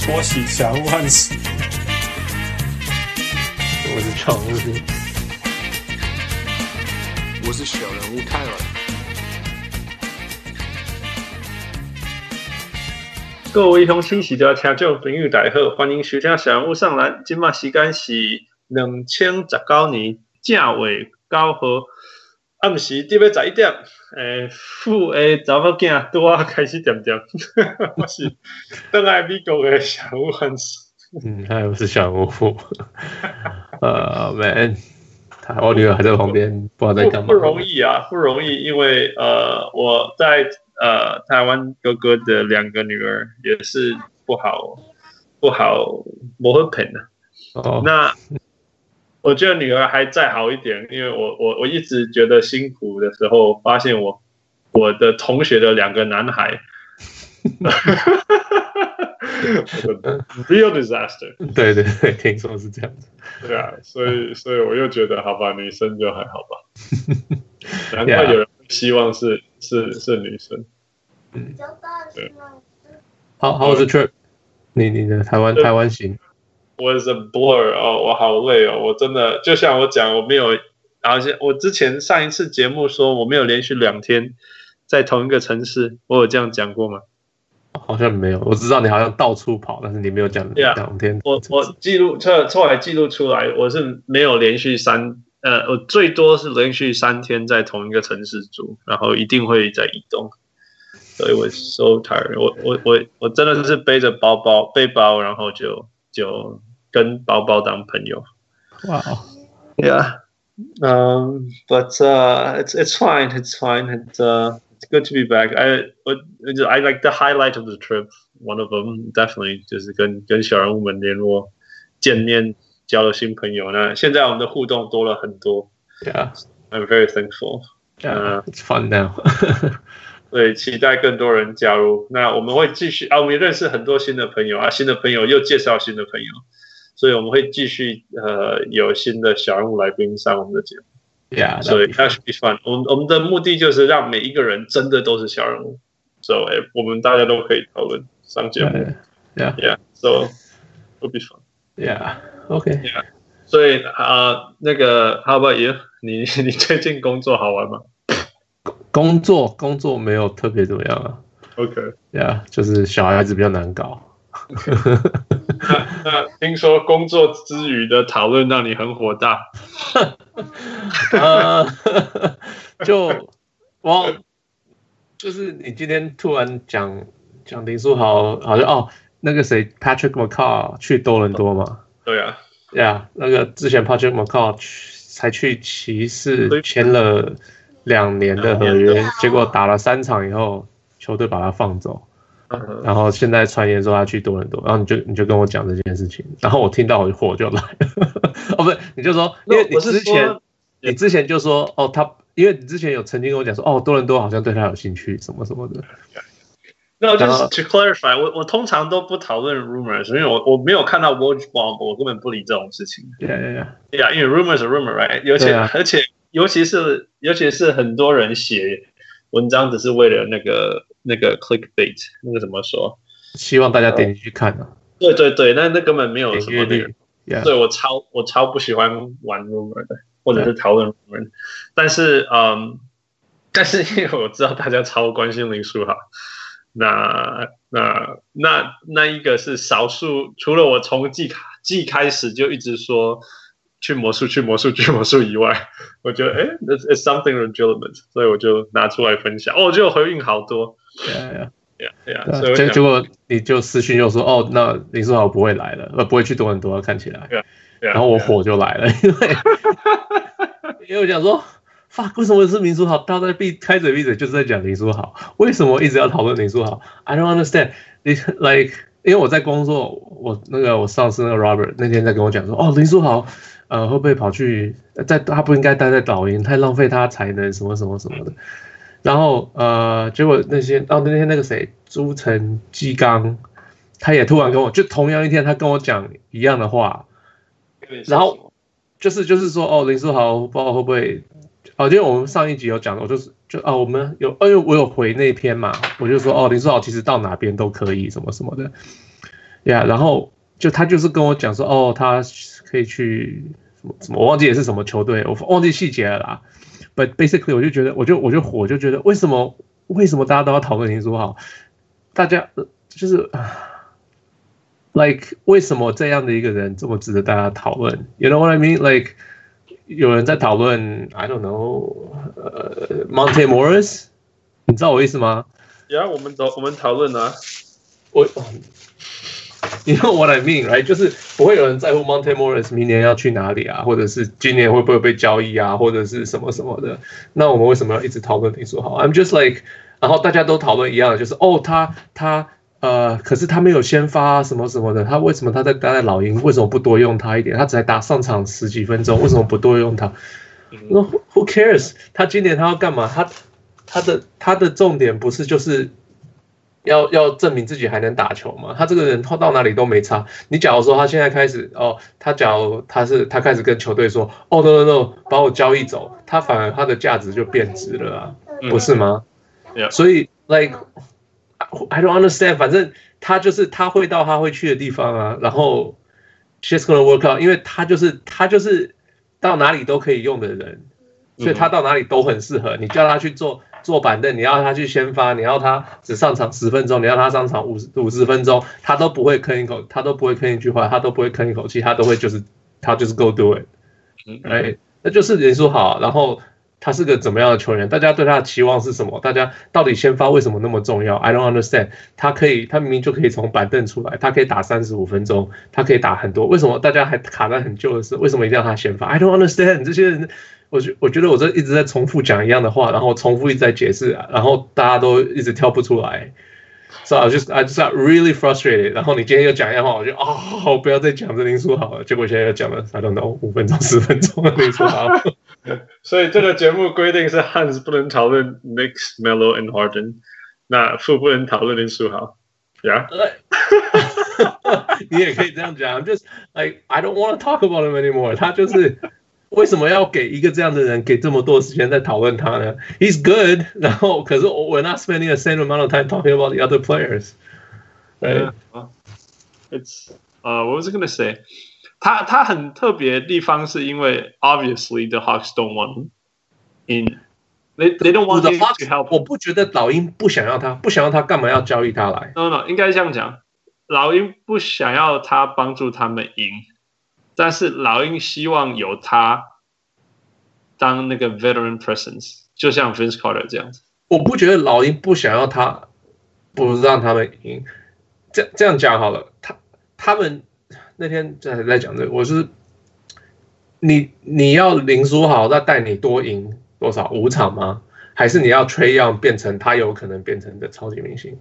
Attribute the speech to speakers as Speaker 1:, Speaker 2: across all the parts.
Speaker 1: twice each hour once.
Speaker 2: 我是常务兵，
Speaker 3: 我是小人物泰尔。
Speaker 2: 各位同新时代听众朋友大家好，欢迎收听小人物上篮。今麦时间是两千十九年正月九号暗时得要十一点。诶、父诶查某囝拄啊开始点点，我是邓来美国诶小人物汉斯。
Speaker 4: 嗯，还有是小人物， 呃，man，他我女儿还在旁边，不知道在干嘛。
Speaker 2: 不不容易啊，不容易，因为呃，我在呃台湾哥哥的两个女儿也是不好不好磨合盆的。
Speaker 4: 哦，
Speaker 2: 那我觉得女儿还再好一点，因为我我我一直觉得辛苦的时候，发现我我的同学的两个男孩。我的 real disaster，
Speaker 4: 对对对， 听说是这样子。
Speaker 2: 对啊，所以所以我又觉得，好吧，女生就还好吧。难怪有人希望是是是女生。
Speaker 4: How How's the trip？你你的台湾
Speaker 2: 对
Speaker 4: 台湾行？
Speaker 2: 我是 blur 哦，我好累哦，我真的就像我讲，我没有，而且我之前上一次节目说我没有连续两天在同一个城市，我有这样讲过吗？
Speaker 4: 好像没有，我知道你好像到处跑，但是你没有讲
Speaker 2: Yeah，
Speaker 4: 两天。
Speaker 2: 我我记录测后来记录出来，我是没有连续三呃，我最多是连续三天在同一个城市住，然后一定会在移动，所以我 so tired 我。我我我真的是背着包包背包，然后就就跟包包当朋友。
Speaker 4: 哇哦，
Speaker 2: Yeah. Um, but uh, it's it's fine. It's fine. It's uh, it's good to be back. I what- I like the highlight of the trip. One of them definitely 就是跟跟小人物们联络、见面、交了新朋友。那现在我们的互动多了很多。
Speaker 4: yeah
Speaker 2: I'm very thankful. Uh
Speaker 4: yeah, it's fun now
Speaker 2: 对，期待更多人加入。那我们会继续啊，我们也认识很多新的朋友啊，新的朋友又介绍新的朋友，所以我们会继续呃有新的小人物来宾上我们的节目。
Speaker 4: yeah，
Speaker 2: 所以
Speaker 4: that'd be
Speaker 2: that should be fun。我们我们的目的就是让每一个人真的都是小人物，所以我们大家都可以讨论上节目
Speaker 4: fun. yeah
Speaker 2: ，Yeah，so it'll be fun。
Speaker 4: yeah OK，
Speaker 2: 所以啊、呃那个 How about you？你 你最近工作好玩吗
Speaker 4: 工作工作没有特别怎么样啊
Speaker 2: ？OK，
Speaker 4: ，Yeah，就是小孩子比较难搞。
Speaker 2: 那 那听说工作之余的讨论让你很火大，
Speaker 4: 呃， 就我就是你今天突然讲讲林书豪，好像哦，那个谁 Patrick McCall 去多伦多嘛？
Speaker 2: 对啊，
Speaker 4: 对啊，那个之前 Patrick McCall 去才去骑
Speaker 2: 对
Speaker 4: 士签了两年的合
Speaker 2: 两
Speaker 4: 约
Speaker 5: 年的，
Speaker 4: 结果打了三场以后，球队把他放走，
Speaker 2: 嗯
Speaker 4: 然后现在传言说他去多伦多，然后你就你就跟我讲这件事情，然后我听到我就火就来了， 哦，不是，你就说，因为你
Speaker 2: 我是
Speaker 4: 之前。
Speaker 2: 说
Speaker 4: 你之前就说哦，他因为你之前有曾经跟我讲说哦，多伦多好像对他有兴趣什么什么的。
Speaker 2: 那我就
Speaker 4: 然
Speaker 2: 是
Speaker 4: 后
Speaker 2: to clarify，我我通常都不讨论 rumors，因为我我没有看到 watch bomb，我根本不理这种事情。
Speaker 4: 对对对，
Speaker 2: 对呀，因为 rumor 是 rumor，right？尤其、
Speaker 4: 对啊
Speaker 2: 而且尤其是尤其是很多人写文章只是为了那个那个 clickbait，那个怎么说？
Speaker 4: 希望大家点进去看啊，
Speaker 2: 对对对，那那根本没有
Speaker 4: 点
Speaker 2: 哦什
Speaker 4: 阅
Speaker 2: 么内
Speaker 4: 率
Speaker 2: 容。
Speaker 4: ，Yeah，
Speaker 2: 对我超我超不喜欢玩 rumor 的，或
Speaker 4: 嗯
Speaker 2: 者是讨论 rumor 的。但是嗯，但是因为我知道大家超关心林书豪，那那那那一个是少数，除了我从季季开始就一直说去魔术去魔术去魔术以外，我觉得哎，it's it's something legitimate，所以我就拿出来分享。哦，我就回应好多，
Speaker 4: 对
Speaker 2: 对呀对呀，所以
Speaker 4: 对，
Speaker 2: 我
Speaker 4: 结
Speaker 2: 想
Speaker 4: 结果你就私讯又说哦，那林书豪不会来了，呃，不会去多伦多，看起来。
Speaker 2: 对呀
Speaker 4: 然后我
Speaker 2: 对呀啊
Speaker 4: 火就来了，因为 因为我想说，fuck，为什么是林书豪？大家在闭开嘴闭嘴就是在讲林书豪，为什么一直要讨论林书豪？I don't understand。你 like，因为我在工作，我那个我上司那个 Robert 那天在跟我讲说，哦，林书豪，呃，会不会跑去在他不应该待在导营，太浪费他才能什么什么什么的。然后呃，结果那些哦，那天那个谁，朱晨基刚，他也突然跟我就同样一天，他跟我讲一样的话，
Speaker 2: 跟你说
Speaker 4: 然后
Speaker 2: 什么
Speaker 4: 就是就是说哦，林书豪不知道会不会，哦，因为我们上一集有讲，我就是就啊、我们有，哦哦，因为我有回那篇嘛，我就说哦，林书豪其实到哪边都可以什么什么的， ，Yeah，然后就他就是跟我讲说，哦，他可以去什么什么，我忘记也是什么球队，我忘记细节了啦。But basically，我就觉得，我就我就火，就觉得为什么为什么大家都要讨论林书豪？大家呃就是啊，like 为什么这样的一个人这么值得大家讨论？You know what I mean? Like 有人在讨论，I don't know，呃，Monte Morris，你知道我意思吗？
Speaker 2: 呀，我们讨我们讨论啊，
Speaker 4: 我，You know what I mean, right？就是不会有人在乎 Monte Morris 明年要去哪里啊，或者是今年会不会被交易啊，或者是什么什么的。那我们为什么要一直讨论林书豪？I'm just like，然后大家都讨论一样的，就是哦，他他呃，可是他没有先发、啊、什么什么的，他为什么他在待在老鹰，为什么不多用他一点？他才打上场十几分钟，为什么不多用他？那 Who cares？他今年他要干嘛？他他的他的重点不是就是要要证明自己还能打球嘛？他这个人他到哪里都没差。你假如说他现在开始哦，他假如他是他开始跟球队说哦 no no no，把我交易走，他反而他的价值就变值了啊，嗯
Speaker 2: 嗯
Speaker 4: 不是吗？
Speaker 2: Yeah
Speaker 4: 所以 like I don't understand，反正他就是他会到他会去的地方啊，然后 she's gonna work out，因为他就是他就是到哪里都可以用的人，所以他到哪里都很适合。你叫他去坐坐板凳，你要他去先发，你要他只上场十分钟，你要他上场五十五十分钟，他都不会吭一口，他都不会吭一句话，他都不会吭一口气，他都会就是他就是 go do it。
Speaker 2: 嗯，
Speaker 4: 哎，那就是人数好，然后他是个怎么样的球员？大家对他的期望是什么？大家到底先发为什么那么重要？I don't understand。他可以，他明明就可以从板凳出来，他可以打三十五分钟，他可以打很多，为什么大家还卡在很旧的事？为什么一定要他先发？I don't understand。这些人，我觉我觉得我这一直在重复讲一样的话，然后重复一直在解释，然后大家都一直跳不出来。So I was just I just got really frustrated。然后你今天又讲一样话，我就哦，不要再讲这林书豪了。结果现在又讲了，I don't know，五分钟、十分钟的林书豪。
Speaker 2: 所以这个节目规定是汉斯不能讨论 Mix Mellow and Harden，那富不能讨论林书豪。呀、
Speaker 4: 你也可以这样讲，I'm，just like I don't want to talk about him anymore。他就是为什么要给一个这样的人给这么多时间在讨论他呢？He's good，然 后可是我 we're not spending the same amount of time talking about the other players。
Speaker 2: Yeah.
Speaker 4: Right?
Speaker 2: It's uh, what was I gonna say? 他他很特别的地方是因为 obviously the Hawks don't want him in. They they don't
Speaker 4: 我
Speaker 2: want
Speaker 4: 的
Speaker 2: him
Speaker 4: Fox，
Speaker 2: to help.
Speaker 4: 我不觉得老鹰不想要他，不想要他干嘛要交易他来？
Speaker 2: No no，应该这样讲，老鹰不想要他帮助他们赢，但是老鹰希望有他当那个 veteran presence，就像 Vince Carter 这样子。
Speaker 4: 我不觉得老鹰不想要他，不让他们赢。这这样讲好了，他他们那天在在讲这个，我是你你要林书豪再带你多赢多少五场吗？还是你要 Trey Young 变成他有可能变成的超级明星？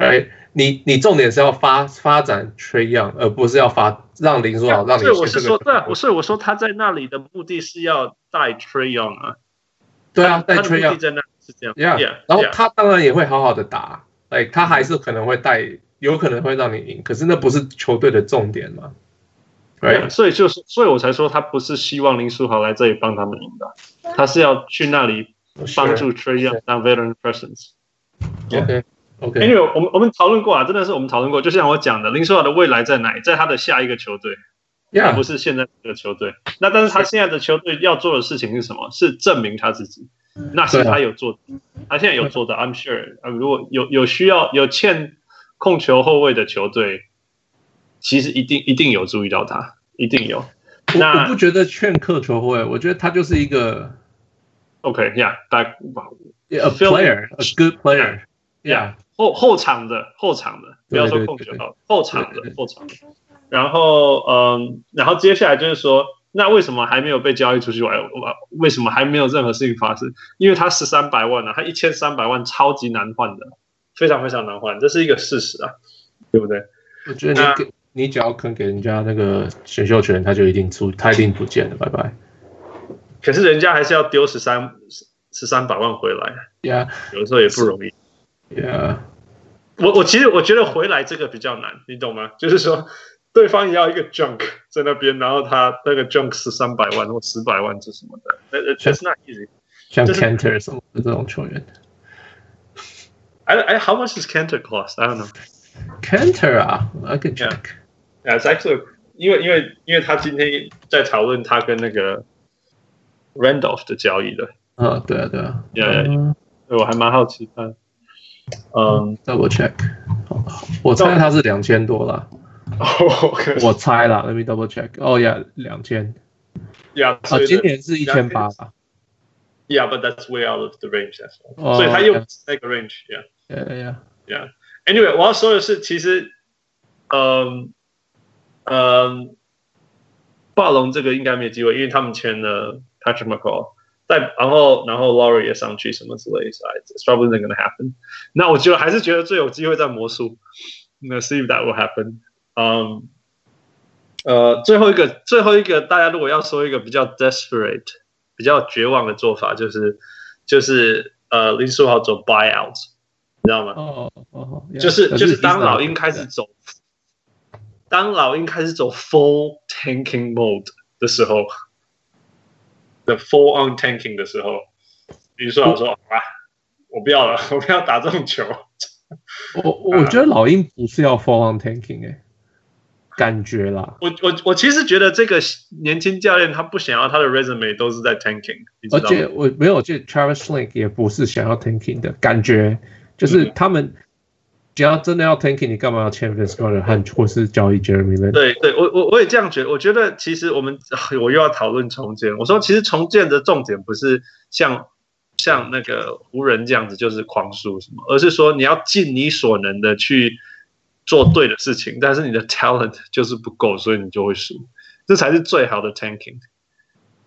Speaker 4: 哎，你你重点是要发发展 Trey Young，而不是要发让林书豪让你
Speaker 2: 对，我是
Speaker 4: 这个
Speaker 2: 说，对啊，我是我说他在那里的目的是要带 Trey Young 啊，
Speaker 4: 对啊，带
Speaker 2: 他的
Speaker 4: Trey
Speaker 2: 目
Speaker 4: Young
Speaker 2: 的在那是这样。
Speaker 4: Yeah，,
Speaker 2: yeah，
Speaker 4: 然后
Speaker 2: yeah 嗯
Speaker 4: 他当然也会好好的打，哎、他还是可能会带，有可能会让你赢，可是那不是球队的重点嘛
Speaker 2: 对，
Speaker 4: ，right？
Speaker 2: 所以就是，所以我才说他不是希望林书豪来这里帮他们赢的，他是要去那里帮助 Trey Young 当 veteran presence。
Speaker 4: OK OK，
Speaker 2: 因为我们我们讨论过啊，真的是我们讨论过，就像我讲的，林书豪的未来在哪里？在他的下一个球队，而
Speaker 4: yeah，
Speaker 2: 不是现在这个球队。那但是他现在的球队要做的事情是什么？是证明他自己，那是
Speaker 4: 啊
Speaker 2: 他有做，他现在有做到，I'm sure。呃，如果有有需要有欠控球后卫的球队，其实一定一定有注意到他，一定有。
Speaker 4: 我
Speaker 2: 那
Speaker 4: 我不觉得劝客球会，我觉得他就是一个
Speaker 2: OK，yeah，back、
Speaker 4: a
Speaker 2: Fill in
Speaker 4: player，a good player，yeah，
Speaker 2: 后后场的后场的，不
Speaker 4: 对
Speaker 2: 要说
Speaker 4: 对
Speaker 2: 控球
Speaker 4: 对
Speaker 2: 好，后场
Speaker 4: 对
Speaker 2: 的
Speaker 4: 对
Speaker 2: 后场的。然后嗯，然后接下来就是说，那为什么还没有被交易出去玩？我为什么还没有任何事情发生？因为他十三百万啊，他一千三百万超级难换的，非常非常难换，这是一个事实啊，对不对？
Speaker 4: 我觉得你给你只要肯给人家那个选秀权，他就一定出，他一定不见了，拜拜
Speaker 2: 可是人家还是要丢十三十三百万回来，
Speaker 4: ，yeah
Speaker 2: 有的时候也不容易。
Speaker 4: yeah。
Speaker 2: 我我其实我觉得回来这个比较难，你懂吗？就是说，对方也要一个 junk 在那边，然后他那个 junk 是三百万或十百万是什么的，那那 that's not easy。
Speaker 4: 像
Speaker 2: 就是
Speaker 4: Cantor 什么的这种球员，
Speaker 2: I I how much is Cantor cost? I don't know.
Speaker 4: Cantor 啊，I can check。
Speaker 2: Yeah, it's actually 因为因为因为他今天在讨论他跟那个 Randolph 的交易的，
Speaker 4: 啊，对啊，对啊。
Speaker 2: Yeah, yeah,
Speaker 4: 嗯
Speaker 2: 所以我还蛮好奇他，嗯，
Speaker 4: double check，好我猜它是两千多啦，
Speaker 2: 哦，可是
Speaker 4: 我猜啦，let me double check。哦呀，两千
Speaker 2: 呀，
Speaker 4: 啊
Speaker 2: 所以，呢
Speaker 4: 今年是一千八啦。
Speaker 2: ，Yeah，but that's way out of the range as well，、
Speaker 4: 哦
Speaker 2: 所以他又
Speaker 4: ，yeah
Speaker 2: 不是那个 range，Yeah。
Speaker 4: 哎呀，
Speaker 2: Yeah. Anyway，我要说的是，其实，嗯嗯，暴龙这个应该没机会，因为他们签了 Patrick McCall，但然后然后 Laurie 也上去什么之类的，so it's probably not gonna happen。那我觉得还是觉得最有机会在魔术，那 see if that will happen。嗯，呃，最后一个最后一个，大家如果要说一个比较 desperate、比较绝望的做法，就是就是呃林书豪走 buyout，你知道吗？
Speaker 4: 哦哦哦，yeah，
Speaker 2: 就是
Speaker 4: 可
Speaker 2: 就是当老鹰
Speaker 4: Isla-
Speaker 2: 开始走，当老鹰开始走 full tanking mode 的时候，the full on tanking 的时候，比如说我说啊，我不要了，我不要打这种球，
Speaker 4: 我我觉得老鹰不是要 fall on tanking 哎，感觉啦，
Speaker 2: 我我我其实觉得这个年轻教练他不想要他的 resume 都是在 tanking，你知
Speaker 4: 而
Speaker 2: 道
Speaker 4: 且
Speaker 2: 吗？
Speaker 4: 我没有，这 Travis Link 也不是想要 tanking 的感觉，就是
Speaker 2: 嗯
Speaker 4: 他们只要真的要 tanking，你干嘛要签 Vince Carter 和或是交易 Jeremy Lin？
Speaker 2: 对对，我我我也这样觉得。我觉得其实我们哎我又要讨论重建。我说其实重建的重点不是像像那个湖人这样子就是狂输什么，而是说你要尽你所能的去做对的事情，但是你的 talent 就是不够，所以你就会输。这才是最好的 tanking。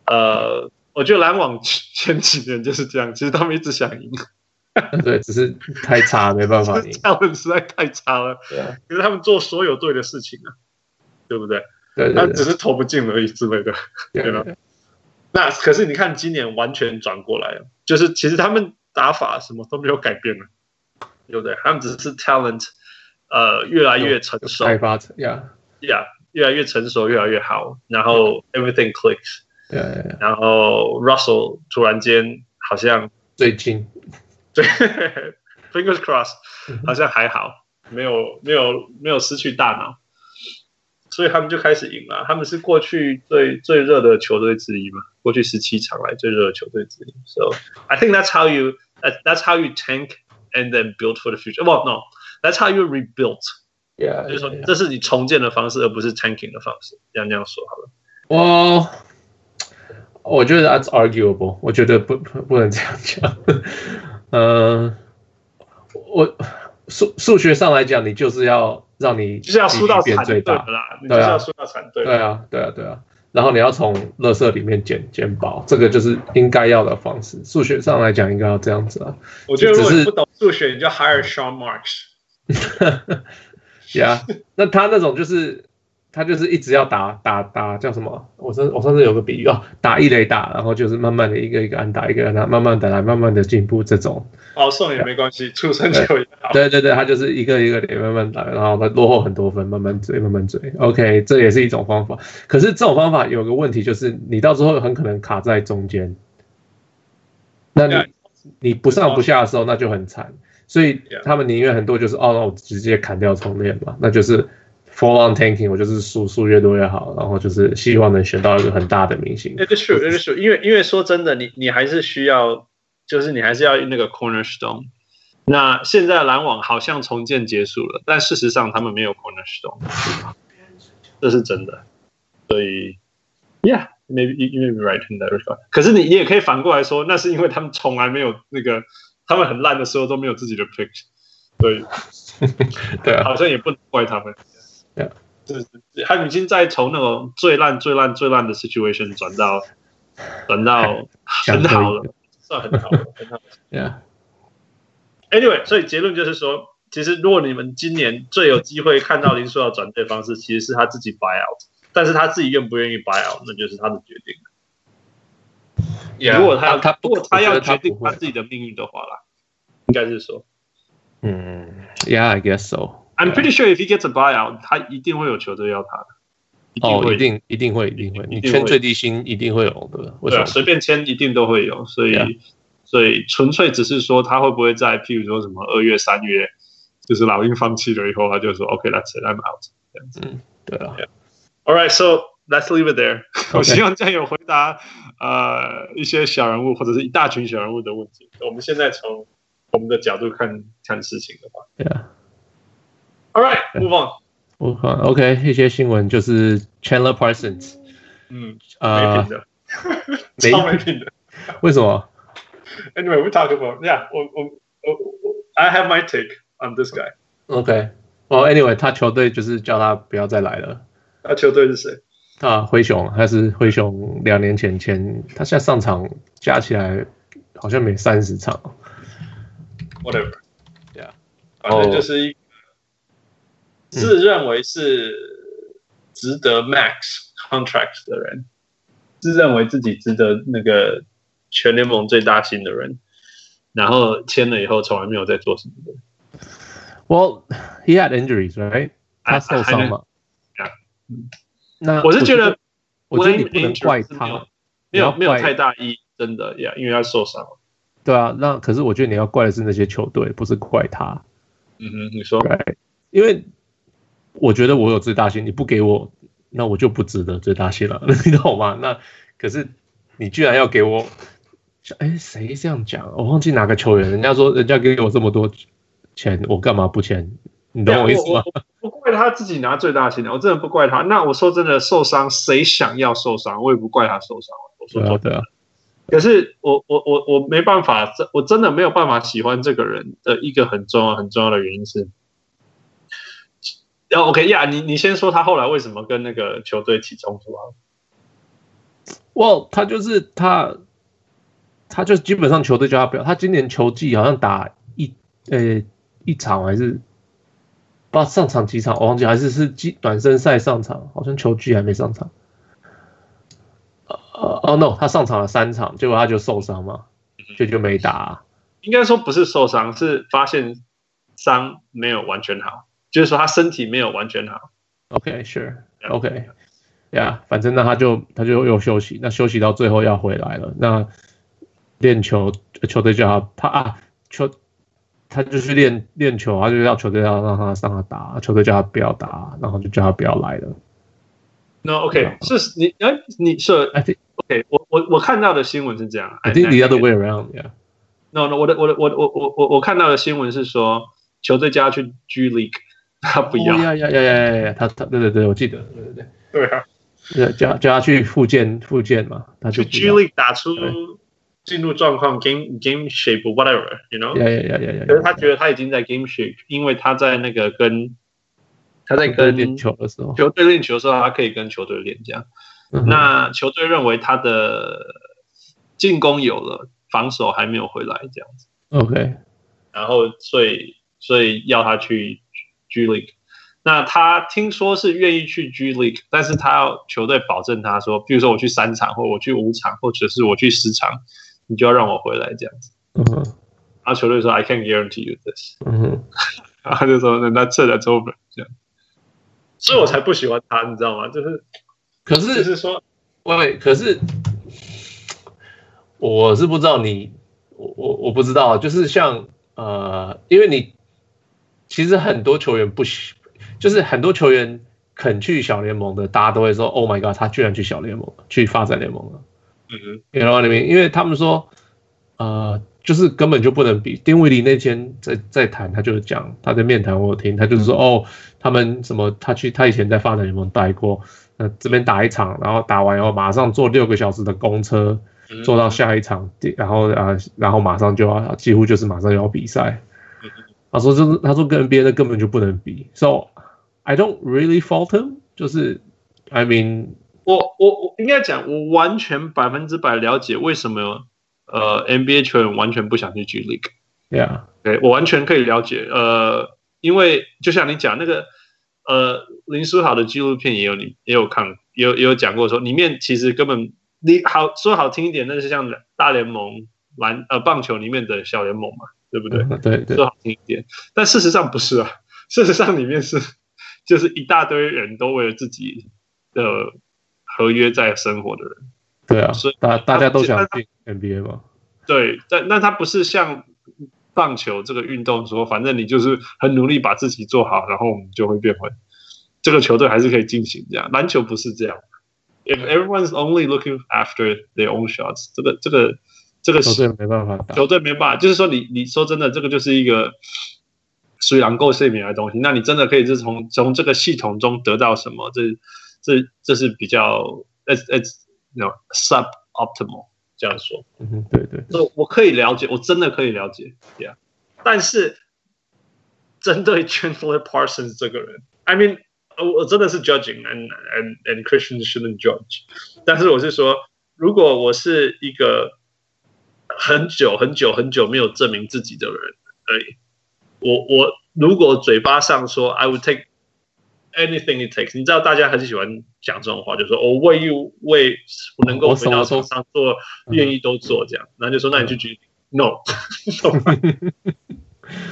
Speaker 2: 呃，我觉得篮网前几年就是这样，其实他们一直想赢，
Speaker 4: 对，只是太差，没办法
Speaker 2: 但
Speaker 4: 赢
Speaker 2: 是。talent 实在太差了。
Speaker 4: 对啊
Speaker 2: 可是他们做所有对的事情啊，对不对？
Speaker 4: 对
Speaker 2: 他
Speaker 4: 对
Speaker 2: 只是投不进而已之类的。
Speaker 4: 对
Speaker 2: 对
Speaker 4: 对，
Speaker 2: 那可是你看，今年完全转过来了，就是其实他们打法什么都没有改变了，对不对？他们只是 talent，呃，越来越成熟
Speaker 4: 开发者呀
Speaker 2: ，yeah，越来越成熟，越来越好，然后 everything clicks，
Speaker 4: 呀呀，yeah，
Speaker 2: 然后 Russell 突然间好像
Speaker 4: 最近
Speaker 2: 对 fingers crossed，好
Speaker 4: 嗯
Speaker 2: 像还好，没有没有没有失去大脑，所以他们就开始赢了。他们是过去最最热的球队之一嘛，过去十七场来最热的球队之一。So I think that's how you that, that's how you tank and then build for the future. Well, no, that's how you rebuild.
Speaker 4: 呀
Speaker 2: 就是说，这是你重建的方式，而不是 tanking 的方式。这样这样说好了。
Speaker 4: 我我觉得 that's arguable，我觉得不不不能这样讲。 嗯，我数数学上来讲，你就是要让你
Speaker 2: 就是要输到
Speaker 4: 比例
Speaker 2: 惨
Speaker 4: 变最
Speaker 2: 队
Speaker 4: 大
Speaker 2: 的。啦，你就
Speaker 4: 对啊
Speaker 2: 是要输到惨队。
Speaker 4: 对啊，对啊，对啊。然后你要从垃圾里面捡捡宝，这个就是应该要的方式。数学上来讲，应该要这样子啊。
Speaker 2: 我觉得如果
Speaker 4: 只
Speaker 2: 你
Speaker 4: 是
Speaker 2: 不懂数学，你就 hire Sean Marks。
Speaker 4: 呀、yeah,，那 他那种就是他就是一直要打打打叫什么？我上我上次有个比喻哦，打一垒打，然后就是慢慢的一个一个按打，一个按打，慢慢的来，慢慢的进步这种。
Speaker 2: 保哦送也没关系，出生球也好。
Speaker 4: 对对对，他就是一个一个垒慢慢打，然后他落后很多分，慢慢追，慢慢追。OK，这也是一种方法。可是这种方法有个问题，就是你到时候很可能卡在中间。那你
Speaker 2: Yeah.
Speaker 4: 你不上不下的时候，那就很惨。所以
Speaker 2: Yeah.
Speaker 4: 他们宁愿很多就是哦，那我直接砍掉重练嘛，那就是 fall on tanking，我就是输输越多越好，然后就是希望能选到一个很大的明星。
Speaker 2: It is true, it is true. 因为因为说真的，你你还是需要，就是你还是要那个 cornerstone。那现在篮网好像重建结束了，但事实上他们没有 cornerstone，这是真的。所以，Yeah, maybe you may be right in that regard. 可是你你也可以反过来说，那是因为他们从来没有那个，他们很烂的时候都没有自己的 pick，所以
Speaker 4: 对 啊，
Speaker 2: 好像也不能怪他们。
Speaker 4: Yeah.
Speaker 2: 就是他们已经在从那种最烂、最烂、最烂的 situation 转到 转到
Speaker 4: 想
Speaker 2: 很好了，算很好了， 很好。
Speaker 4: 对啊，
Speaker 2: Anyway，所以结论就是说，其实如果你们今年最有机会看到林书豪转队方式，其实是他自己 buy out，但是他自己愿不愿意 buy out，那就是他的决定。如果他要
Speaker 4: 他他不
Speaker 2: 如果他
Speaker 4: 我
Speaker 2: 要
Speaker 4: 觉得他
Speaker 2: 决定
Speaker 4: 不会
Speaker 2: 他自己的命运的话啦，应该是说
Speaker 4: 嗯，Yeah，I guess so。
Speaker 2: ，I'm pretty sure if he gets a buyout，他一定会有球队要他的，一定
Speaker 4: 哦，
Speaker 2: 会
Speaker 4: 一定一定会，一定会，
Speaker 2: 一定
Speaker 4: 你
Speaker 2: 会
Speaker 4: 圈最低薪一定会有的，为
Speaker 2: 对
Speaker 4: 什
Speaker 2: 啊，
Speaker 4: 么？
Speaker 2: 随便签一定都会有，所以
Speaker 4: Yeah.
Speaker 2: 所以纯粹只是说他会不会在，譬如说什么二月、三月就是老鹰放弃了以后，他就说 OK that's it I'm out 这样子。
Speaker 4: 对啊，
Speaker 2: All right, so let's leave it there. 我希望这样有回答呃一些小人物或者是一大群小人物的问题。我们现在从我们的角度看看事情的话
Speaker 4: 对啊。
Speaker 2: ，All right, move on.
Speaker 4: 我看 OK 一些新闻就是 Chandler Parsons
Speaker 2: 嗯，没
Speaker 4: 啊
Speaker 2: 品、的，
Speaker 4: 没
Speaker 2: 超没品的。
Speaker 4: 为什么？
Speaker 2: Anyway, we talk about yeah. 我我我我，I have my take on this guy.
Speaker 4: OK，哦、a n y w a y 他球队就是叫他不要再来了。
Speaker 2: 那球队是谁？
Speaker 4: 他啊灰熊，他是灰熊两年前前，他现在上场加起来好像没三十场。
Speaker 2: whatever。
Speaker 4: Yeah.
Speaker 2: 反
Speaker 4: 哦
Speaker 2: 正就是一个自认为是值得 max contract 的人，自认为自己值得那个全联盟最大薪的人，然后签了以后从来没有在做什么的。
Speaker 4: Well, he had injuries, right？他
Speaker 2: 啊
Speaker 4: 受伤嘛
Speaker 2: I- I know. Yeah.。
Speaker 4: 那
Speaker 2: 嗯我是觉得，
Speaker 4: 我觉得你
Speaker 2: blame
Speaker 4: 不能怪
Speaker 2: injuries 是没有
Speaker 4: 他，
Speaker 2: 没有没有
Speaker 4: 你要怪
Speaker 2: 太大意义，真的呀因为他受伤了。
Speaker 4: 对啊。那可是我觉得你要怪的是那些球队，不是怪他。
Speaker 2: 嗯哼，你说
Speaker 4: Right，因为我觉得我有最大心，你不给我，那我就不值得最大心了， 你懂吗？那可是你居然要给我，哎，谁这样讲？我忘记哪个球员，人家说人家给我这么多钱，我干嘛不签？你
Speaker 2: 啊
Speaker 4: 懂我意思吗？
Speaker 2: 我我不怪他自己拿最大薪的，我真的不怪他。那我说真的，受伤谁想要受伤？我也不怪他受伤。我说
Speaker 4: 对
Speaker 2: 真
Speaker 4: 啊，
Speaker 2: 的。
Speaker 4: 对啊，
Speaker 2: 可是我我我我没办法，这我真的没有办法喜欢这个人的一个很重要很重要的原因是，要 OK 呀、你你先说他后来为什么跟那个球队起冲突啊？
Speaker 4: 哇，他就是他，他就基本上球队叫他不要，他今年球季好像打一呃一场还是不知道上场几场，我忘记还是是季暖身赛上场，好像球季还没上场。呃哦 no，他上场了三场，结果他就受伤嘛，就就没打、
Speaker 2: 应该说不是受伤，是发现伤没有完全好，就是说他身体没有完全好。Yeah.
Speaker 4: OK，Sure，OK，呀，反正那他就他就又休息，那休息到最后要回来了，那练球呃球队叫他他啊球，他就去练练球，他就要球队要让他让他打，球队叫他不要打，然后就叫他不要来了。
Speaker 2: 那 OK
Speaker 4: 啊
Speaker 2: 是你哎你是
Speaker 4: I think
Speaker 2: OK 我我我看到的新闻是这样
Speaker 4: I think the other
Speaker 2: way
Speaker 4: way around，yeah，
Speaker 2: no no 我的我的我的我我我我看到的新闻是说球队叫他去 G League，他不要。
Speaker 4: 哦呀呀呀呀呀，他他对对对，我记得，对对
Speaker 2: 对 啊。
Speaker 4: 对，叫叫他去复健复健嘛，他就
Speaker 2: 去
Speaker 4: 不
Speaker 2: G
Speaker 4: 要
Speaker 2: League 打出
Speaker 4: 对
Speaker 2: 进入状况，game game shape whatever，you know。
Speaker 4: 呀呀呀呀呀，
Speaker 2: 可是他觉得他已经在 game shape，因为他在那个跟他在
Speaker 4: 在
Speaker 2: 跟
Speaker 4: 练球的时候，
Speaker 2: 球队练球的时候，他可以跟球队练这样。
Speaker 4: 嗯哼
Speaker 2: 那球队认为他的进攻有了，防守还没有回来这样子，
Speaker 4: OK，
Speaker 2: 然后所以所以要他去 G League。那他听说是愿意去 G League，但是他要球队保证他说，比如说我去三场，或我去五场，或者是我去十场，你就要让我回来这样子。
Speaker 4: 嗯哼
Speaker 2: 然后球队说 I can't guarantee you this，
Speaker 4: 嗯哼。
Speaker 2: 然后他就说那那这 that's over 这样。所以我才不喜欢他，你知道吗？就是
Speaker 4: 可
Speaker 2: 就是是说，
Speaker 4: 喂，可是我是不知道你，我我我不知道，啊就是像呃，因为你其实很多球员不喜，就是很多球员肯去小联盟的，大家都会说，Oh my god，他居然去小联盟了，去发展联盟了。
Speaker 2: 嗯哼，
Speaker 4: You know what I mean？因为他们说，呃，就是根本就不能比。丁威迪那天在在谈，他就是讲他的面谈，我有听，他就是说，哦，他们什么，他去他以前在发展联盟待过，呃，这边打一场，然后打完以后马上坐六个小时的公车，坐到下一场，第然后啊、呃然后马上就要几乎就是马上就要比赛。他说这是他说跟 NBA 的根本就不能比，so I don't really fault him，就是 I mean
Speaker 2: 我我我应该讲，我完全百分之百了解为什么呃 NBA 球员完全不想去 G League。
Speaker 4: yeah
Speaker 2: 对我完全可以了解。呃，因为就像你讲那个，呃，林书豪的纪录片也有你也有看，也有也有讲过说，里面其实根本你好说好听一点，那是像大联盟篮呃棒球里面的小联盟嘛，对不对？
Speaker 4: 嗯对对
Speaker 2: 说好听一点，但事实上不是啊。事实上里面是就是一大堆人都为了自己的合约在生活的人。
Speaker 4: 对啊
Speaker 2: 所以，
Speaker 4: 大大家都想
Speaker 2: 他
Speaker 4: 进 NBA 嘛。
Speaker 2: 对，但那他不是像棒球这个运动说，反正你就是很努力把自己做好，然后我们就会变回这个球队还是可以进行这样。篮球不是这样，if everyone's only looking after their own shots，这个这个这个
Speaker 4: 球队没办法打。
Speaker 2: 球队没办法，就是说你你说真的，这个就是一个属于狼够睡眠的东西。那你真的可以是从从这个系统中得到什么？这这这是比较 it's it's you know sub optimal 这样说。
Speaker 4: 嗯哼，对对，
Speaker 2: 我我可以了解，我真的可以了解，Yeah。但是针对 Chandler Parsons 这个人，I mean，呃我真的是 judging，and and and Christian shouldn't judge。但是我是说，如果我是一个很久很久很久没有证明自己的人，对，我我如果嘴巴上说 I would take anything it takes，你知道大家很喜欢讲这种话，就说我为you 为能够
Speaker 4: 我
Speaker 2: 回
Speaker 4: 哦什么
Speaker 2: 到
Speaker 4: 都
Speaker 2: 场上做
Speaker 4: 嗯
Speaker 2: 愿意都做这样，然后就说那你去举 no，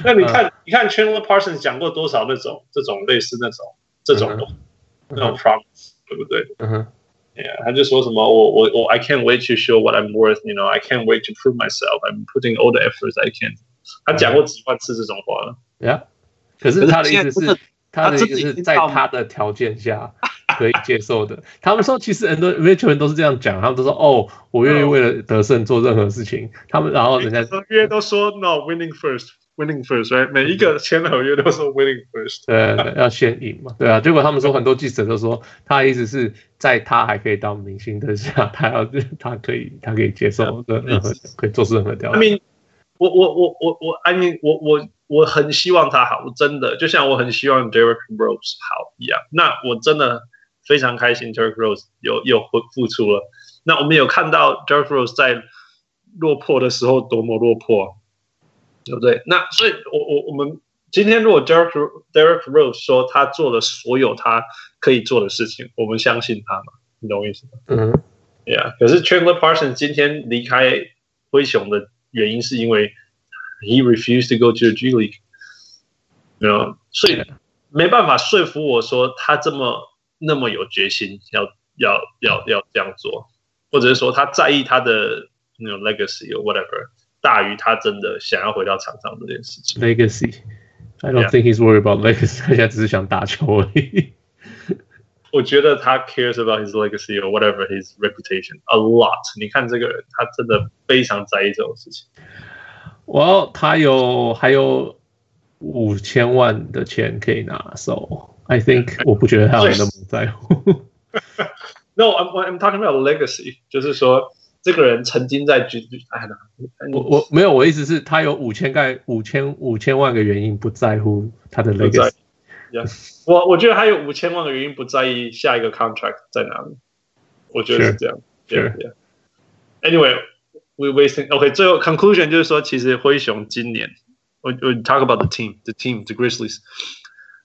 Speaker 2: 那你看你看 Chandler Parsons 讲过多少那种这种类似那种这种
Speaker 4: 嗯哼
Speaker 2: 那种 promise，对不对？
Speaker 4: 嗯哼，
Speaker 2: Yeah, 他就说什么我我我 I can't wait to show what I'm worth, you know, I can't wait to prove myself. I'm putting all the efforts I can. 他讲过几万次这种话了，
Speaker 4: 呀，可是他的
Speaker 2: 可
Speaker 4: 意思
Speaker 2: 是现在
Speaker 4: 是，他的意思
Speaker 2: 他
Speaker 4: 是
Speaker 2: 自己
Speaker 4: 在他的条件下可以接受的。他们说，其实很多因为球员都是这样讲，他们都说哦，我愿意为了得胜做任何事情。他们然后 人家
Speaker 2: 合约都说 no winning first, winning first, right？每一个签合约都说 winning first。
Speaker 4: 呃要先赢嘛，对啊。结果他们说很多记者都说，他的意思是在他还可以当明星的下，他要他可以他可以接受任何可以做出任何条
Speaker 2: I
Speaker 4: 件。
Speaker 2: mean，我我我我我，I mean，我我我很希望他好，我真的就像我很希望 Derek Rose 好一样。那我真的非常开心，Derek Rose 有有复复出了。那我们有看到 Derek Rose 在落魄的时候多么落魄，啊对不对？那所以我，我我们今天如果 Derek Derek Rose 说他做了所有他可以做的事情，我们相信他嘛？你懂我意思吗？
Speaker 4: 嗯
Speaker 2: Yeah，可是 Chandler Parsons 今天离开灰熊的原因是因为 he refused to go to the G League，然后 you know, 所以没办法说服我说他这么那么有决心要要要要这样做，或者是说他在意他的那种 legacy or whatever 大于他真的想要回到场上这件事情。
Speaker 4: ，legacy。I don't
Speaker 2: Yeah.
Speaker 4: think he's worried about legacy，他现 在只是想打球而已。
Speaker 2: 我觉得他 cares about his legacy or whatever his reputation a lot。你看这个人，他真的非常在意这种事情。
Speaker 4: 哇哦，他有还有五千万的钱可以拿，so I think 我不觉得他有那么在 乎。
Speaker 2: No, I'm I'm talking about legacy，就是说这个人曾经在军队，哎呀，
Speaker 4: 我我没有，我意思是，他有五千个五千五千万个原因不在乎他的
Speaker 2: 不在
Speaker 4: legacy。
Speaker 2: Yeah，我我觉得还有五千万个原因不在意下一个 contract 在哪里，我觉得是
Speaker 4: Sure.
Speaker 2: 这样。
Speaker 4: Sure.
Speaker 2: Yeah, yeah. Anyway, we wasting. OK，最后 conclusion 就是说，其实灰熊今年，我我 talk about the team, the team, the Grizzlies。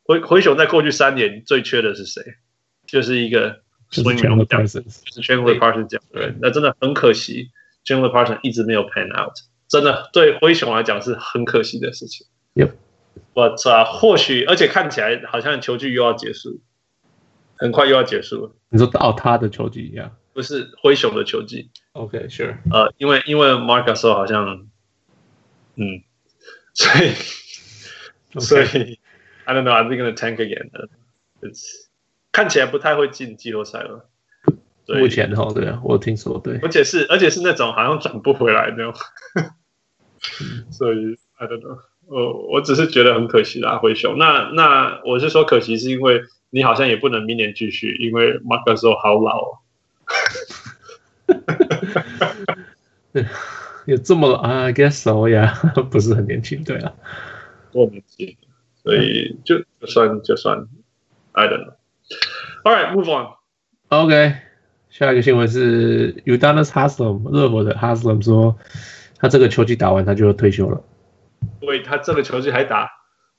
Speaker 2: 灰灰熊在过去三年最缺的是谁？就是一个
Speaker 4: 就是
Speaker 2: swing
Speaker 4: Chandler
Speaker 2: 龙奖
Speaker 4: Parsons，
Speaker 2: 就是 Chandler Parsons 这样的人，那真的很可惜，Chandler Parsons 一直没有 pan out，真的对灰熊来讲是很可惜的事情。
Speaker 4: Yep.
Speaker 2: But 啊、或许而且看起来好像球季又要结束，很快又要结束了，
Speaker 4: 你说到他的球技一样。
Speaker 2: 不是灰熊的球季，
Speaker 4: OK，sure，
Speaker 2: 呃，因为因为 Marcus 好像，嗯，所以所以 I don't know, I'm gonna tank again. 呃 It's 看起来不太会进季后赛了。对
Speaker 4: 目前哈，对啊，我听说对
Speaker 2: 而且是而且是那种好像转不回来那种，所以 I don't know，我我只是觉得很可惜啦，灰熊。那那我是说可惜，是因为你好像也不能明年继续，因为 Marcus 好老、哦。
Speaker 4: 有这么啊，I guess so 呀， 不是很年轻，对啊。
Speaker 2: 我们记，所以就就算就算，I don't know。All right, move on.
Speaker 4: OK，下一个新闻是 Udonis Haslam 热火的 Haslam 说，他这个球季打完他就退休了。
Speaker 2: 喂，他这个球季还打，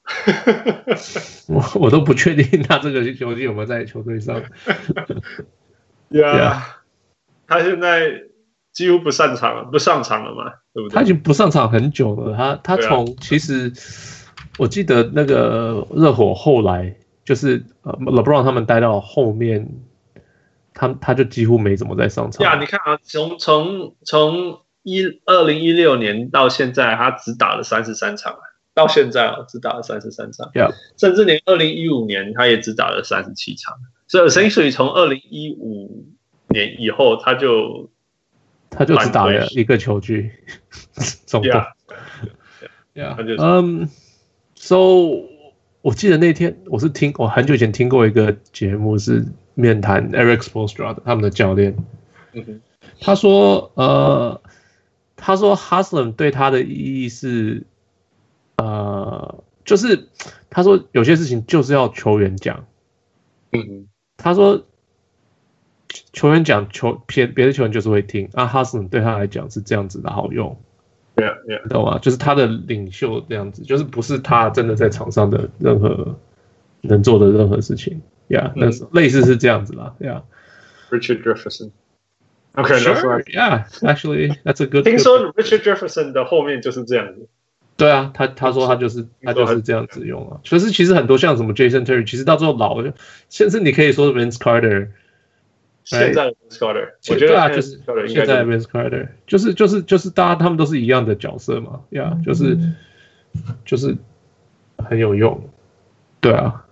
Speaker 4: 我我都不确定他这个球季有没有在球队 上。
Speaker 2: 呀、他现在几乎不上场了，不上场了嘛，对不对？
Speaker 4: 他已经不上场很久了。他他
Speaker 2: 对啊
Speaker 4: 从、其实我记得那个热火后来就是呃 LeBron 他们待到后面，他他就几乎没怎么在上场。
Speaker 2: 啊呀，你看啊，从从从一二零一六年到现在，他只打了三十三场，啊到现在哦，只打了三十三场
Speaker 4: Yeah.
Speaker 2: 甚至连二零一五年他也只打了三十七场。所以 essentially 从二零一五年以后，他就
Speaker 4: 他就只打了一个球局， 总共
Speaker 2: yeah，
Speaker 4: Yeah，
Speaker 2: 他就是
Speaker 4: 嗯、s o 我记得那天我是听我很久以前听过一个节目是面谈 Eric Spoelstra 的他们的教练，
Speaker 2: 嗯哼
Speaker 4: 他说呃，他说 Haslam 对他的意义是呃，就是他说有些事情就是要球员讲，
Speaker 2: 嗯哼
Speaker 4: 他说球员讲球别别的球员就是会听，啊 Haslam 对他来讲是这样子的好用。
Speaker 2: ，yeah yeah，
Speaker 4: 你懂吗？就是他的领袖这样子，就是不是他真的在场上的任何能做的任何事情，Yeah，、那是类似是这样子啦，Yeah。
Speaker 2: Richard Jefferson。OK，that's right.
Speaker 4: Yeah, actually, that's a good.
Speaker 2: 听说 Richard Jefferson 的后面就是这样子。
Speaker 4: 对啊，他他说他就是他就是这样子用啊。可是其实很多像什么 Jason Terry，其实到最后老了，甚至你可以说 Vince Carter，
Speaker 2: 现在的 Scotter，我觉
Speaker 4: 对
Speaker 2: 得
Speaker 4: 啊，就
Speaker 2: 现
Speaker 4: 是
Speaker 2: 在的 Scotter 应该
Speaker 4: 现在 Vince Carter，就是就是就是大家他们都是一样的角色嘛，Yeah，就是就是很有用，对啊，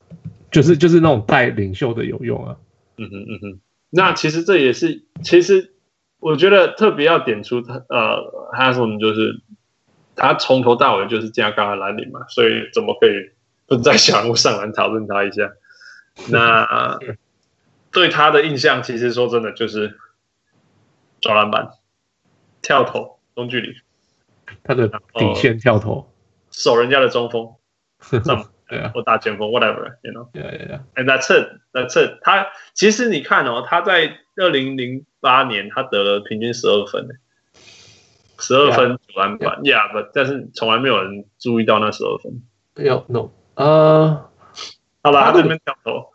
Speaker 4: 就是就是那种带领袖的有用啊，
Speaker 2: 嗯哼嗯哼，那其实这也是，其实我觉得特别要点出他呃，他说我们就是他从头到尾就是这样刚刚蓝领嘛，所以怎么可以不在小人物上来讨论他一下？那
Speaker 4: 是
Speaker 2: 对他的印象，其实说真的就是抓篮板、跳投、中距离、
Speaker 4: 他的
Speaker 2: 哦
Speaker 4: 底线跳投，
Speaker 2: 守人家的中锋上
Speaker 4: 对啊，
Speaker 2: 或大前锋，whatever，you know。
Speaker 4: 对啊对啊，
Speaker 2: And that's it. That's it. 他其实你看哦，他在二零零八年他得了平均十二分，欸十二分九篮板，Yeah，but 但是从来没有人注意到那十二分。
Speaker 4: 要 No，呃，
Speaker 2: 好了，
Speaker 4: 他
Speaker 2: 他
Speaker 4: 的
Speaker 2: 这边掉头，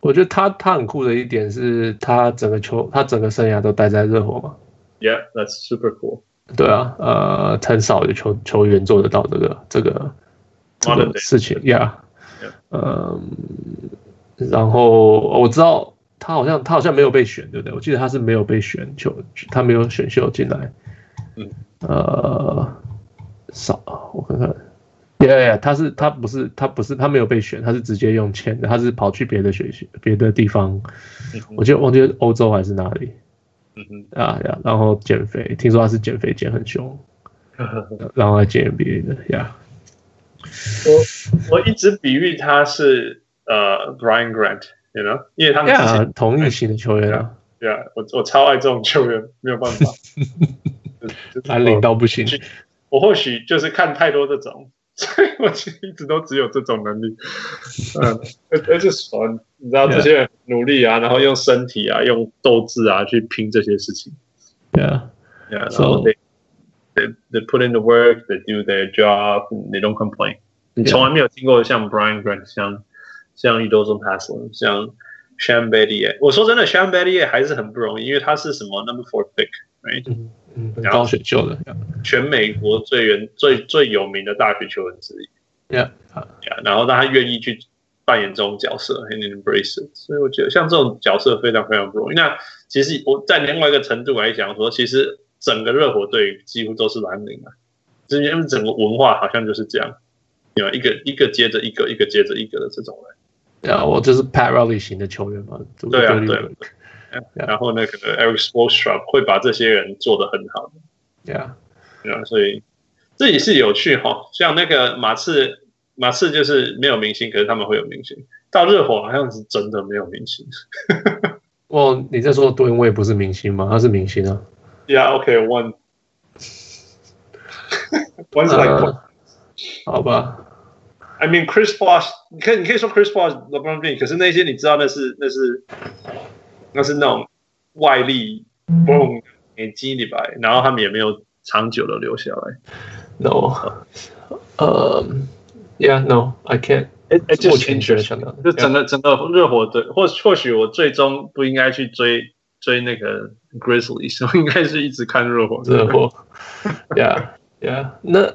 Speaker 4: 我觉得他他很酷的一点是他整个球他整个生涯都待在热火嘛，
Speaker 2: Yeah，that's super cool.
Speaker 4: 对啊，呃，很少有球球员做得到这个这个这
Speaker 2: Modern
Speaker 4: 个
Speaker 2: day
Speaker 4: 事情呀
Speaker 2: Yeah.。
Speaker 4: 嗯，然后我知道他好像他好像没有被选，对不对？我记得他是没有被选球，他没有选秀进来。
Speaker 2: 嗯，
Speaker 4: 呃，少我看看。Yeah, yeah，他是他不是他不是他没有被选，他是直接用签的，他是跑去别的学校别的地方，
Speaker 2: 嗯哼
Speaker 4: 我记得忘记是欧洲还是哪里
Speaker 2: 嗯
Speaker 4: 啊呀，然后减肥，听说他是减肥减很凶，
Speaker 2: 哼，
Speaker 4: 然后来进 NBA 的呀。
Speaker 2: 我我一直比喻他是呃 Brian Grant，you know，因为他们之前
Speaker 4: Yeah，同一型的球员啊，
Speaker 2: Yeah，我我超爱这种球员，没有办法，就是
Speaker 4: 蓝领到不行。
Speaker 2: 我或许就是看太多这种，所以我其实一直都只有这种能力。嗯，而而且爽，你知道
Speaker 4: Yeah.
Speaker 2: 这些人努力啊，然后用身体啊，用斗志啊去拼这些事情。
Speaker 4: Yeah，
Speaker 2: Yeah, 然
Speaker 4: So-
Speaker 2: 后 they, they they put in the work, they do their job, and they don't complain. 你
Speaker 4: Yeah.
Speaker 2: 从来没有听过像 Brian Grant、像像 e d o z o n Haslam、像 Sham b a d i e 我说真的，Sham b a d i e 还是很不容易，因为他是什么 number four pick。
Speaker 4: 嗯嗯，
Speaker 2: 啊
Speaker 4: 很高选秀的。
Speaker 2: 全美国最原最最有名的大学球员之一。
Speaker 4: Yeah，
Speaker 2: Yeah，然后让他愿意去扮演这种角色，and embrace it。所以我觉得像这种角色非常非常不容易。那其实我在另外一个程度来讲说，其实整个热火队几乎都是蓝领啊，就是因为整个文化好像就是这样，有一个一个接着一个，一个接着一个的这种人。
Speaker 4: 对啊，我就是 Pat Riley 型的球员嘛。
Speaker 2: 对啊对啊
Speaker 4: 对
Speaker 2: 然后那个 Eric s p o r t s h o p 会把这些人做得很好。
Speaker 4: ，Yeah，
Speaker 2: 对啊，所以这也是有趣哈、像那个马刺，马刺就是没有明星，可是他们会有明星。到热火好像是真的没有明星。
Speaker 4: 哇，哦你在说 d w a y n Wade 不是明星吗？他是明星啊。
Speaker 2: Yeah, OK, one. One's like,、
Speaker 4: 呃，好吧，
Speaker 2: I mean, Chris Paul. 你可以你可以说 Chris Paul、LeBron James，可是那些你知道那是那是那是那种外力，嘣，给击里白，然后他们也没有长久的留下来。
Speaker 4: No，呃，Yeah，No，I can't。
Speaker 2: It,
Speaker 4: 目前觉得想到，
Speaker 2: 就整个整个热火队，或或许我最终不应该去追追那个 Grizzlies，我应该是一直看热火队。
Speaker 4: 热 火。Yeah Yeah，那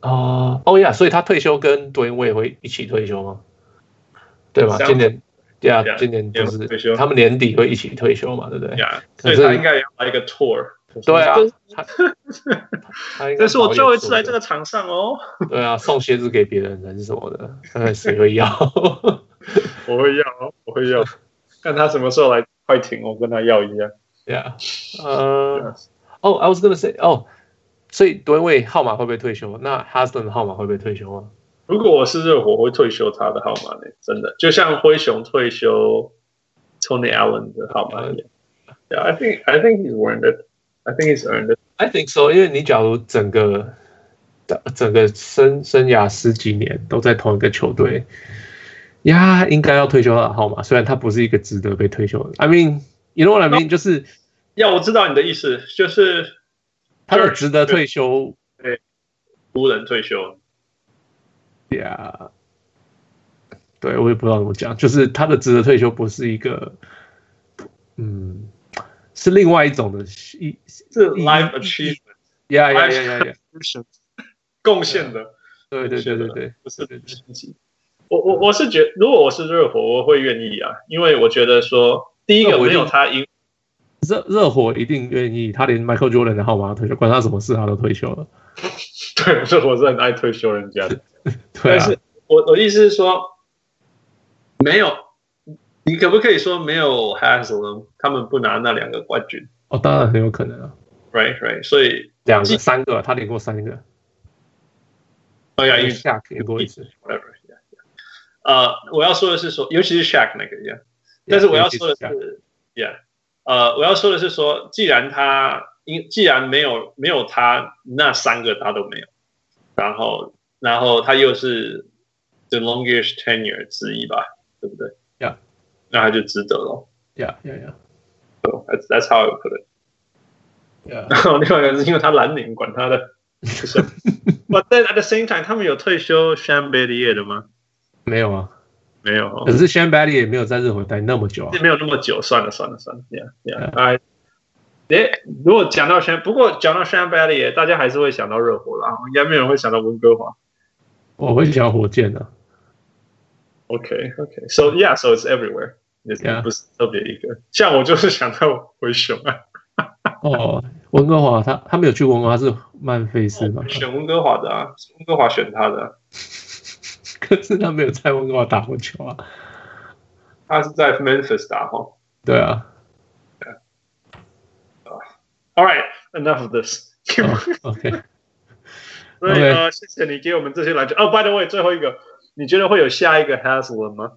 Speaker 4: 啊哦呀，所以他退休跟杜 w 我也会一起退休吗？对吧？
Speaker 2: 相
Speaker 4: 今年 Yeah，
Speaker 2: Yeah，
Speaker 4: 今年就
Speaker 2: 也会退休
Speaker 4: 是他们年底会一起退休嘛，对不对？
Speaker 2: 呀，
Speaker 4: 可
Speaker 2: 所
Speaker 4: 是
Speaker 2: 以他应该也要来一个 tour，
Speaker 4: 对啊
Speaker 2: 这是，
Speaker 4: 他他应该
Speaker 2: 这是我最后一次
Speaker 4: 早
Speaker 2: 来
Speaker 4: 点
Speaker 2: 这
Speaker 4: 做
Speaker 2: 个场上哦，
Speaker 4: 的，对啊，送鞋子给别人还是什么的，看谁会要。
Speaker 2: 我会要，我会 要，看他什么时候来快艇，我跟他要一下。
Speaker 4: yeah，呃、哦 I was gonna say，哦，所以吨位号码会不会退休？那 Haslam 的号码会不会退休啊？
Speaker 2: 如果我是热火，我会退休他的号码呢，真的，就像灰熊退休 Tony Allen 的号码一样。Yeah, I think I think he's earned it. I think he's earned it.
Speaker 4: I think so，因为你假如整个整个生生涯十几年都在同一个球队，呀，应该要退休他的号码。虽然他不是一个值得被退休的，I mean，you know what I mean，就是
Speaker 2: 呀、我知道你的意思，就是
Speaker 4: 他的值得退休
Speaker 2: 湖人退休。
Speaker 4: ，yeah，对我也不知道怎么讲，就是他的值得退休不是一个，嗯，是另外一种的意，
Speaker 2: 是
Speaker 4: 嗯
Speaker 2: life achievement
Speaker 4: 呀呀呀呀呀，
Speaker 2: 贡献的，
Speaker 4: 对对对对对，
Speaker 2: 不是成绩。我我我是觉如果我是热火，我会愿意啊，因为我觉得说，第一
Speaker 4: 那
Speaker 2: 个
Speaker 4: 我一
Speaker 2: 没
Speaker 4: 定
Speaker 2: 有他赢，
Speaker 4: 热热火一定愿意，他连 Michael Jordan 的号码都退休，管他什么事他都退休了。
Speaker 2: 对，热火是很爱退休人家的。
Speaker 4: 对
Speaker 2: 但
Speaker 4: 啊
Speaker 2: 是，我我的意思是说，没有，你可不可以说没有 Haslam，他们不拿那两个冠军
Speaker 4: 哦，当然很有可能啊，
Speaker 2: ，right right？所以
Speaker 4: 两个、
Speaker 2: 记
Speaker 4: 三个，他连过三个，
Speaker 2: 哎呀，因为
Speaker 4: 下赢过一次。
Speaker 2: whatever，yeah, yeah. 呃，我要说的是说，尤其是 Shaq 那个，yeah。但是我要说的
Speaker 4: 尤其
Speaker 2: 是，yeah，呃，我要说的是说，既然他因既然没有没有他那三个他都没有，然后然后他又是 the longest tenure 之一吧，对不对
Speaker 4: Yeah
Speaker 2: 那他就值得了。
Speaker 4: ，Yeah Yeah
Speaker 2: So that's that's how I put it。
Speaker 4: Yeah Yeah，
Speaker 2: 然后另外一个是因为他蓝领，管他 的。就是 But then at the same time，他们有退休 s h a m b a l i e 的吗？
Speaker 4: 没有啊。
Speaker 2: 没有、哦
Speaker 4: 可。是 Shan Bailey 也没有在热火待那么久啊。
Speaker 2: 没有那么久，算了算了算了，Yeah Yeah，哎，诶，如果讲到山，不过讲到山 a 里，大家还是会想到热火啦，应该没有人会想到温哥华。
Speaker 4: 我会想要火箭的、啊。
Speaker 2: OK OK，So、Yeah，So it's everywhere，也
Speaker 4: Yeah
Speaker 2: 不是特别一个。像我就是想到灰熊啊，
Speaker 4: 哦，温哥华他他没有去温哥华，他是曼菲 斯嘛？
Speaker 2: 选温哥华的啊，是温哥华选他的啊、
Speaker 4: 可是他没有在温哥华打过球啊。
Speaker 2: 他是在 Memphis 打哈。
Speaker 4: 对啊。
Speaker 2: All right，enough of this 。
Speaker 4: 哦 OK，
Speaker 2: 所以呃，谢谢你给我们这些篮球。哦、b y the way，最后一个，你觉得会有下一个 Haslam 吗？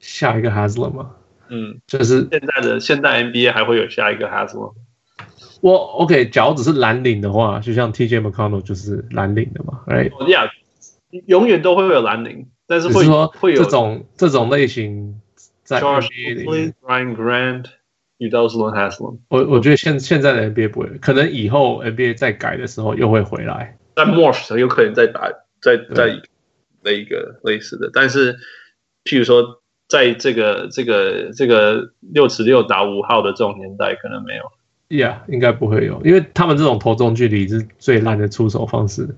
Speaker 4: 下一个 Haslam 嘛，
Speaker 2: 嗯，
Speaker 4: 就是
Speaker 2: 现在的现在 NBA 还会有下一个 Haslam？
Speaker 4: 我 OK，假如只是蓝领的话，就像 TJ McConnell 就是蓝领的嘛，Right？
Speaker 2: 哦呀，永远都会有蓝领，但是
Speaker 4: 只
Speaker 2: 会
Speaker 4: 是说
Speaker 2: 会有
Speaker 4: 这种这种类型在
Speaker 2: George
Speaker 4: NBA 里
Speaker 2: Oakley、
Speaker 4: 面，
Speaker 2: Brian Grant、u d a l s l o n Haslam，
Speaker 4: 我我觉得现现在的 NBA 不会，可能以后 NBA 再改的时候又会回来。
Speaker 2: 在 Morph 有可能再打再
Speaker 4: 对
Speaker 2: 再的一个类似的，但是譬如说在这个这个这个六尺六打五号的这种年代，可能没有。
Speaker 4: Yeah，应该不会有，因为他们这种投中距离是最烂的出手方式。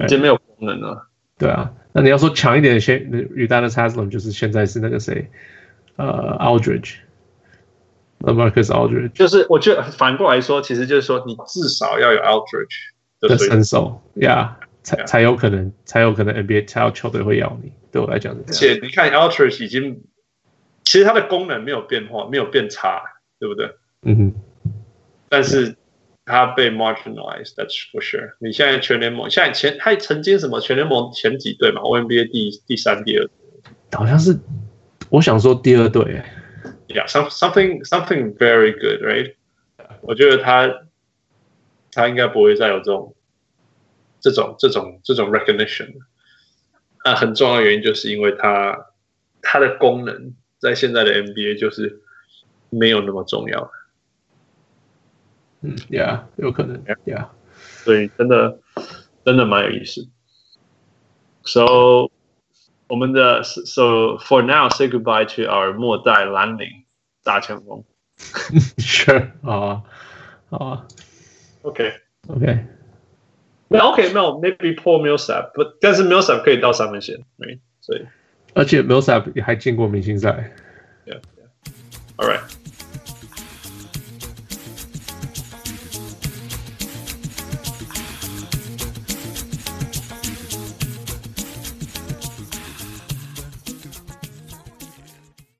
Speaker 2: 已经没有功能了。
Speaker 4: 对啊，那你要说强一点的先 u d a n a s Haslam 就是现在是那个谁，呃，Aldridge。那 Marcus Aldridge
Speaker 2: 就是我觉得反过来说，其实就是说你至少要有 Aldridge
Speaker 4: 的
Speaker 2: 的水准
Speaker 4: 身手，Yeah，才才有可能，才有可能 NBA 才有球队会要你。对我来讲是
Speaker 2: 而
Speaker 4: 这样。
Speaker 2: 且你看 Aldridge 已经，其实它的功能没有变化，没有变差，对不对？
Speaker 4: 嗯哼，
Speaker 2: 但是他被 marginalized，that's for sure。你现在全联盟，现在前他曾经什么全联盟前几队嘛，NBA 第第三、第二
Speaker 4: 好像是我想说第二队、欸。
Speaker 2: ，Yeah，some something something very good，right？我觉得他他应该不会再有这种这种这种这种 recognition 了。那很重要的原因就是因为他他的功能在现在的 NBA 就是没有那么重要。
Speaker 4: 嗯，Yeah，有可能，Yeah，
Speaker 2: 所以真的真的蛮有意思。So 我们的 So for now say goodbye to our 末代兰陵大前锋。
Speaker 4: sure，好啊，好啊
Speaker 2: OK，
Speaker 4: ，OK，
Speaker 2: 那 OK 没有 Maybe Paul Millsap，不，但是 Millsap 可以到三分线，right？所以
Speaker 4: 而且 Millsap 也还进过明星赛，
Speaker 2: Yeah，All right。